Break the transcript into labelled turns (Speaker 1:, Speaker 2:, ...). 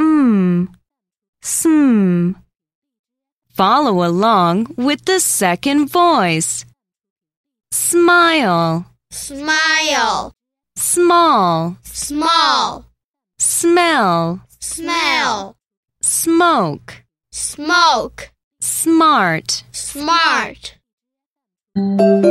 Speaker 1: sm, sm. Follow along with the second voice. Smile,
Speaker 2: smile,
Speaker 1: small,
Speaker 2: small,
Speaker 1: smell,
Speaker 2: smell,
Speaker 1: smoke,
Speaker 2: smoke,
Speaker 1: smart.
Speaker 2: smart.